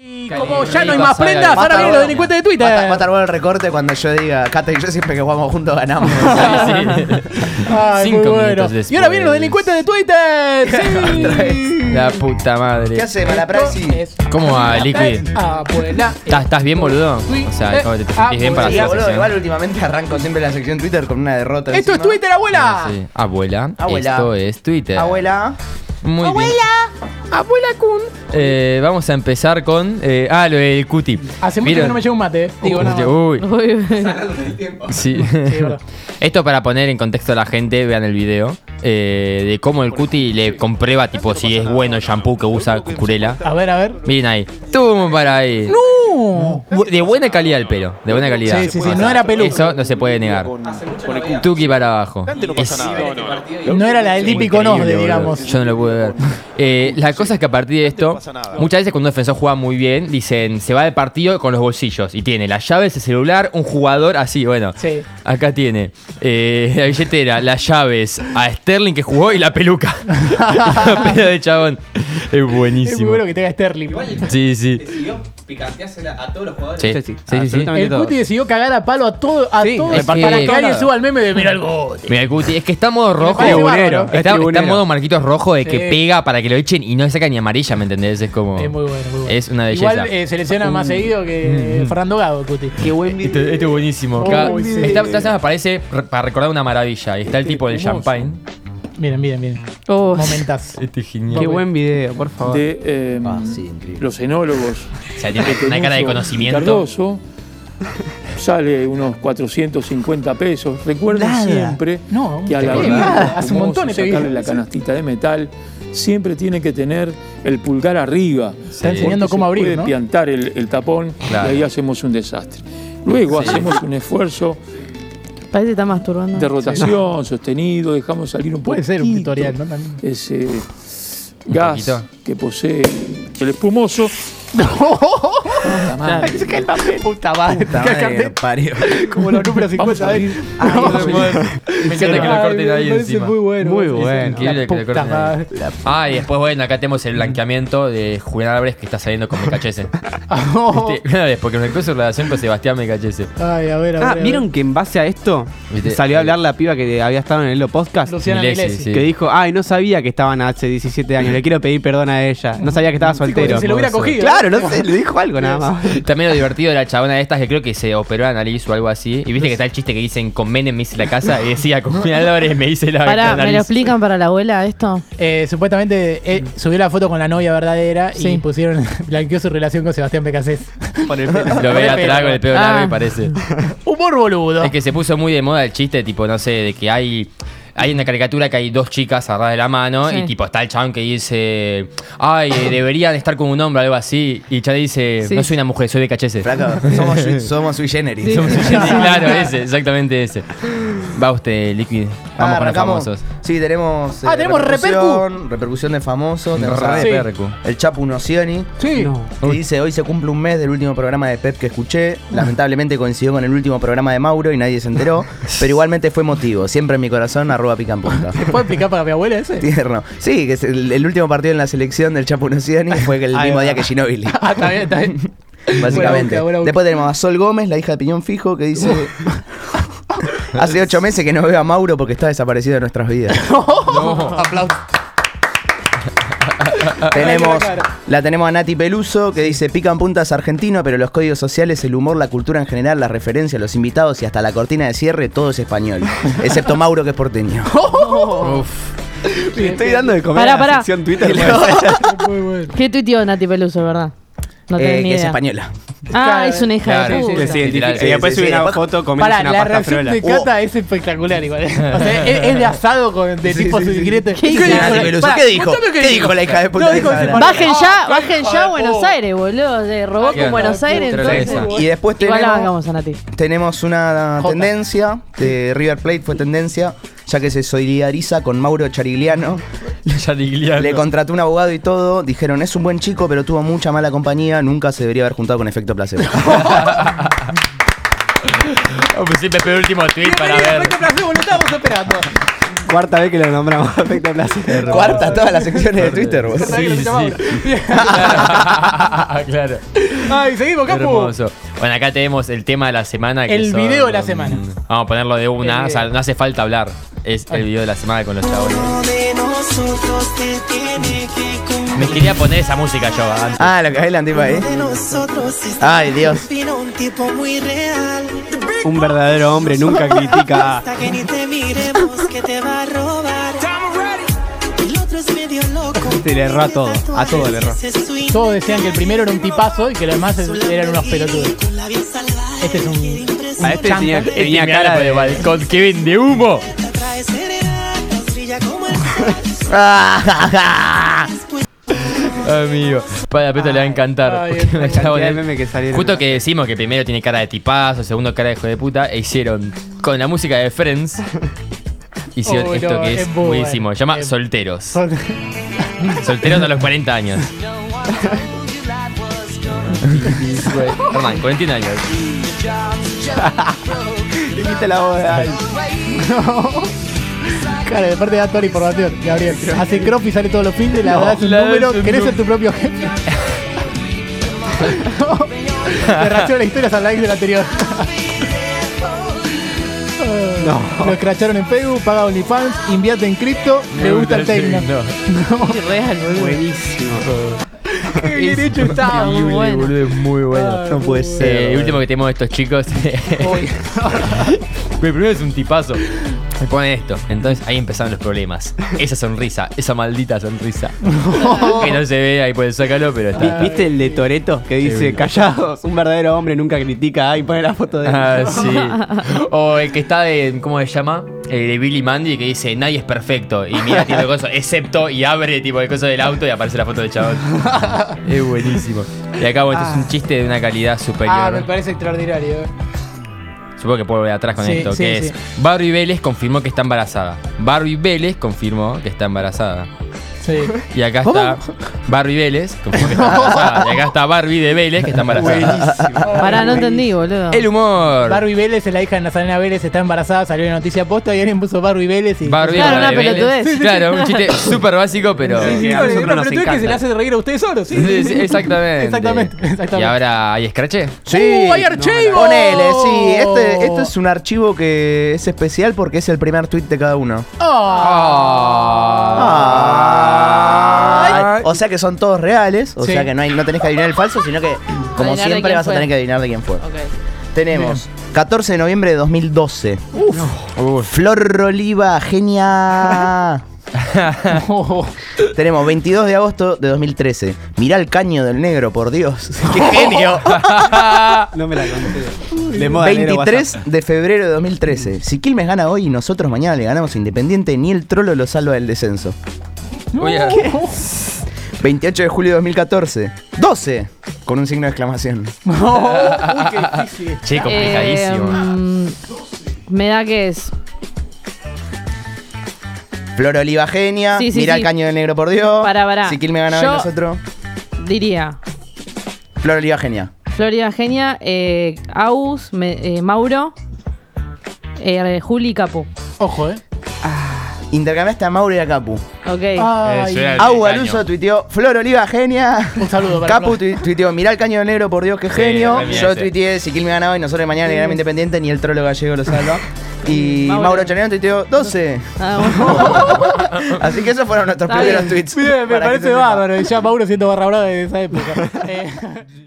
Y como ya no hay más prendas, Va a ahora estar vienen los bueno. delincuentes de Va a estar- va a Twitter. estar bueno el recorte cuando yo diga, Cata y yo siempre que jugamos juntos ganamos. Ay, Cinco muy minutos bueno. después. Y ahora vienen los delincuentes de Twitter. Otra Sí. vez. La puta madre. ¿Qué hace Malapraxi? Es- ¿Cómo va, Liquid? Abuela. eh, ¿Estás- estás bien, boludo? O sea, ¿cómo te- te sentís bien para Sí, hacer? hacer eso? boludo, sección. igual últimamente arranco siempre la sección Twitter con una derrota. Esto es encima. Twitter, abuela. Sí. Abuela, Abuela. esto es Twitter. Abuela. Muy bien. Abuela Kun. Eh, vamos a empezar con. eh, ah, lo del Q-tip. Hace mucho ¿Vieron? que no me llevo un mate. eh. Digo, Uy, nada más. uy, sí. verdad. Esto para poner en contexto a la gente, vean el video, eh, de cómo el cuti le comprueba, tipo, si es bueno el shampoo que usa Cucurela. A ver, a ver. Miren ahí. Tum para ahí. ¡No! Bu- De buena calidad el pelo, de buena calidad. Sí, sí, sí, no era peluca. Eso no se puede negar. Tuki para abajo. Es No era la del típico no, increíble, digamos. boludo. Yo no lo pude ver. Eh, la cosa es que a partir de esto, muchas veces cuando un defensor juega muy bien, dicen, se va del partido con los bolsillos. Y tiene las llaves, el celular, un jugador así, bueno. Sí. Acá tiene eh, la billetera, las llaves, a Sterling que jugó y la peluca. la peluca de chabón. Es Es muy buenísimo. bueno que tenga Sterling. Sí, sí. Decidió picanteársela a todos los jugadores. Sí, sí, sí. sí. El Cuti decidió cagar a palo a todo, a Sí, todos es para que- que alguien suba el meme de mira el Guti. Mira, el Guti, es que está modo rojo. parece bárbaro. Está, Es tribunero. está modo marquitos rojo de que Sí. pega para que lo echen y no le saca ni amarilla, ¿me entendés? Es como. Es muy bueno, muy bueno. Es una belleza. Igual eh, se lesiona más seguido que Mm. Fernando Gago, Cuti. Qué buen Este, este es buenísimo. Oh, Cada- sí. esta esta se me parece re- para recordar una maravilla. Y está el tipo del champagne. Miren, miren, miren. Oh, Momentazo. Este es qué genial. buen video, por favor. de eh, Ah, sí, increíble. los enólogos. O sea, tiene una cara de conocimiento. Este Cardoso sale unos 450 pesos. Recuerden siempre No, que a la no, hora de nada. los Hace un montón famosos este sacarle video. la canastita de metal siempre tiene que tener el pulgar arriba. Está Sí. enseñando porque cómo se abrir, puede ¿no? piantar el, el tapón Claro. y ahí hacemos un desastre. Luego hacemos un esfuerzo Parece que está masturbando. de rotación sostenido, dejamos salir un Puede ser un poquito tutorial, ¿no? También. ese gas poquito. que posee el espumoso. Se cae el papel. Puta madre. Puta Cae el madre que lo cartel. parió. Como los números 50 veces. Me encanta que lo corten ahí encima. Muy bueno. Muy Sí, sí, bueno. sí. Increíble La que lo puta corten ahí. madre. Ah, y después, bueno, acá tenemos el blanqueamiento de Julián Álvarez que está saliendo con Mecachese. Este, claro, es porque me encuentro en relación con Sebastián Mecachese. Ay, a ver, a ver. a Ah, ver. ¿vieron que en base a esto Viste, eh, salió a hablar la piba que había estado en el Elo Podcast? Luciana Milesi, Milesi. sí. Que dijo, ay, no sabía que estaban hace 17 años, le quiero pedir perdón a ella. No sabía que estaba Sí, como si soltero. se lo hubiera cogido. Claro, no sé, le dijo algo nada más. También lo divertido de la chabona de estas que creo que se operó la nariz o algo así. Y viste que está el chiste que dicen con Menem me hice la casa y decía con Julián Álvarez me hice la, la Pará, nariz. ¿me lo explican para la abuela esto? Eh, supuestamente eh, subió la foto con la novia verdadera y Sí. pusieron, blanqueó su relación con Sebastián Becasés. Lo ve atrás con el pelo largo Ah. y parece. Humor boludo. Es que se puso muy de moda el chiste, tipo, no sé, de que hay. Hay una caricatura que hay dos chicas agarradas de la mano Sí. y tipo está el chabón que dice, ay, eh, deberían estar con un hombre, algo así. Y Chad dice, Sí. no soy una mujer, soy de cachese. Flaco, somos, sui- somos sui generis. Sí. Somos sui generis. claro, ese, exactamente ese. Va usted, Liquid. Vamos Ah, con los arrancamos. famosos. Sí, tenemos. eh, Ah, tenemos repercusión. Repercusión de famosos. Tenemos a Sí. Percu. El Chapu Nocioni. sí. Que dice, hoy se cumple un mes del último programa de Pep que escuché. Lamentablemente coincidió con el último programa de Mauro y nadie se enteró. pero igualmente fue motivo. Siempre en mi corazón, arroba pican punta. ¿Puedo explicar para mi abuela ese? Tierno. Sí, que es el, el último partido en la selección del Chapu Nocioni fue el mismo día que Ginobili. Ah, está bien, está bien. Básicamente. Buena boca, buena boca. Después tenemos a Sol Gómez, la hija de Piñón Fijo, que dice... Hace ocho meses que no veo a Mauro porque está desaparecido de nuestras vidas. Oh, Tenemos, la tenemos a Nati Peluso que dice pican puntas argentino, pero los códigos sociales, el humor, la cultura en general, las referencias, los invitados y hasta la cortina de cierre, todo es español. Excepto Mauro que es porteño. Uf. Le estoy dando de comer Pará, a la pará. sección Twitter. Muy bueno. ¿Qué tuiteó Nati Peluso, verdad? No Eh, tenés ni que es idea. española. Ah, es una hija Claro, de sí, puta. Que se identifique. Sí, sí, Y después sí, subí una después- foto comiendo Pará, una la pasta reacción frola. Uh. de Cata es espectacular igual. O sea, es, es de asado con de tipo secreto. ¿Qué dijo Nati Peluso? ¿Qué dijo? ¿Qué dijo la hija de puta No, de dijo Isabela? que se Bajen ya, Ah, bajen hija ya de Buenos puta. Aires, boludo. Se robó Claro. con Buenos Aires, Ultra entonces. esa. Y después Igual la tenemos, bancamos a Nati. tenemos una Jota. tendencia de River Plate, fue tendencia, ya que se solidariza con Mauro Charigliano. Ya Digliano. Le contrató un abogado y todo. Dijeron, es un buen chico, pero tuvo mucha mala compañía. Nunca se debería haber juntado con efecto placebo. Oh, pues siempre espero el último tweet para ver. lo estábamos esperando. Cuarta vez que lo nombramos. Perfecto placer. Cuarta todas las secciones de Twitter, boludo. Sí, sí. Bien. claro. Ay, seguimos, Capu. Hermoso. Bueno, acá tenemos el tema de la semana. que El son- video de la semana. Vamos a ponerlo de una. O sea, no hace falta hablar. Es el video de la semana con los chabones. Me quería poner esa música yo antes. Ah, lo que bailan, tipo ahí. Ay, Dios. Un verdadero hombre nunca critica. Este Se le erró a todo, a todo le erró. Todos decían que el primero era un tipazo y que los demás eran unos pelotudos. Este es un. A este tenía, tenía Mirá cara la de balcón que vende humo. Amigo. Para Peto le va a encantar. ay, porque la los cantidad de chabones- meme que salieron. Justo que decimos que primero tiene cara de tipazo, segundo cara de hijo de puta, e hicieron con la música de Friends. Hicieron Oh, esto no, que es, es muy buenísimo. bueno. Se llama Es- Solteros. Solteros a los 40 años. Hernán, 41 años. Le quita la boda. Claro, de parte de toda la información, Gabriel. Hace crop y sale todos los fines, la verdad es un la verdad número, es un querés ser número. tu propio jefe. Te racharon las historias al like del anterior. no. Lo escracharon en Facebook, paga OnlyFans, invierte en cripto, le gusta el techno. Buenísimo. Qué bien hecho está. muy bueno. es muy bueno. No puede ser. Eh, el último que tenemos de estos chicos. Mi primero es un tipazo. Me pone esto. Entonces ahí empezaron los problemas. Esa sonrisa, esa maldita sonrisa. que no se ve ahí pueden sacarlo, pero Vi- está. ¿Viste el de Toreto que dice callados? Un verdadero hombre nunca critica y pone la foto de él? Ah, sí. O el que está de. ¿Cómo se llama? El de Billy Mandy que dice nadie es perfecto. Y mira tipo de cosas, excepto, y abre tipo de cosas del auto y aparece la foto del chabón. es buenísimo. Y acá bueno, este es un chiste de una calidad superior. Ah, me parece extraordinario. eh. Supongo que puedo ver atrás con Sí, esto, sí, que sí. es Barbie Vélez confirmó que está embarazada. Barbie Vélez confirmó que está embarazada. Sí. Y acá está Barbie Vélez confirmó que está embarazada. Y acá está Barbie de Vélez que está embarazada. Ah, Pará, no entendí, boludo. El humor. Barbie Vélez es la hija de Nazarena Vélez, está embarazada, salió en la noticia posta y alguien puso Barbie Vélez y. Barbie Claro, de una Vélez. pelotudez. Sí, sí, sí. Claro, un chiste súper básico, pero. Sí, sí, Que a no, nosotros pero nos tú ves que encanta. se le hace reír a ustedes solos, sí. Sí, sí, exactamente. Exactamente, exactamente. ¿Y ahora hay escrache? Sí. ¡Uh, hay archivo! Ponele, sí. Este, este es un archivo que es especial porque es el primer tweet de cada uno. Ah, Ah. Ay, O sea que son todos reales. O Sí. sea que no, hay, no tenés que adivinar el falso, sino que, como Adivinar de siempre, quién vas fue. a tener que adivinar de quién fue. Ok. Tenemos 14 de noviembre de 2012. Flor Oliva, genia. Oh. Tenemos 22 de agosto de 2013. Mirá el caño del negro, por Dios. ¡Qué genio! No me la conté. De moda negro, 23 WhatsApp. de febrero de 2013. Si Quilmes gana hoy y nosotros mañana le ganamos a Independiente, ni el trolo lo salva del descenso. Voy a- 28 de julio de 2014. 12. Con un signo de exclamación. Che, complicadísimo. Eh, me da que es. Flor Oliva Genia. Sí, sí, mirá sí. el caño del negro, por Dios. Pará, pará. Si Quilmes gana Yo- hoy nosotros. Diría. Flor Oliva Genia. Florida Genia, eh, Agus, me- eh, Mauro, eh, Juli y Capu. Ojo, eh. Intercambiaste a Mauro y a Capu. Ok. Ay, Eso era el Au caño. Galuso tuiteó Flor Oliva Genia. Un saludo para Capu Flor. tui- tuiteó, mirá el caño del negro, por Dios, qué genio. re bien Yo ese. tuiteé, si Quilmes gana hoy, nosotros mañana le ganamos a Independiente, ni el trolo gallego lo salva. Y Mauro. Mauro Chanero tuiteó 12. Ah, bueno. Así que esos fueron nuestros Está primeros bien. tweets. Bien, me Para que parece se sepa. bárbaro. Ya Mauro siento barra brava de esa época. Eh.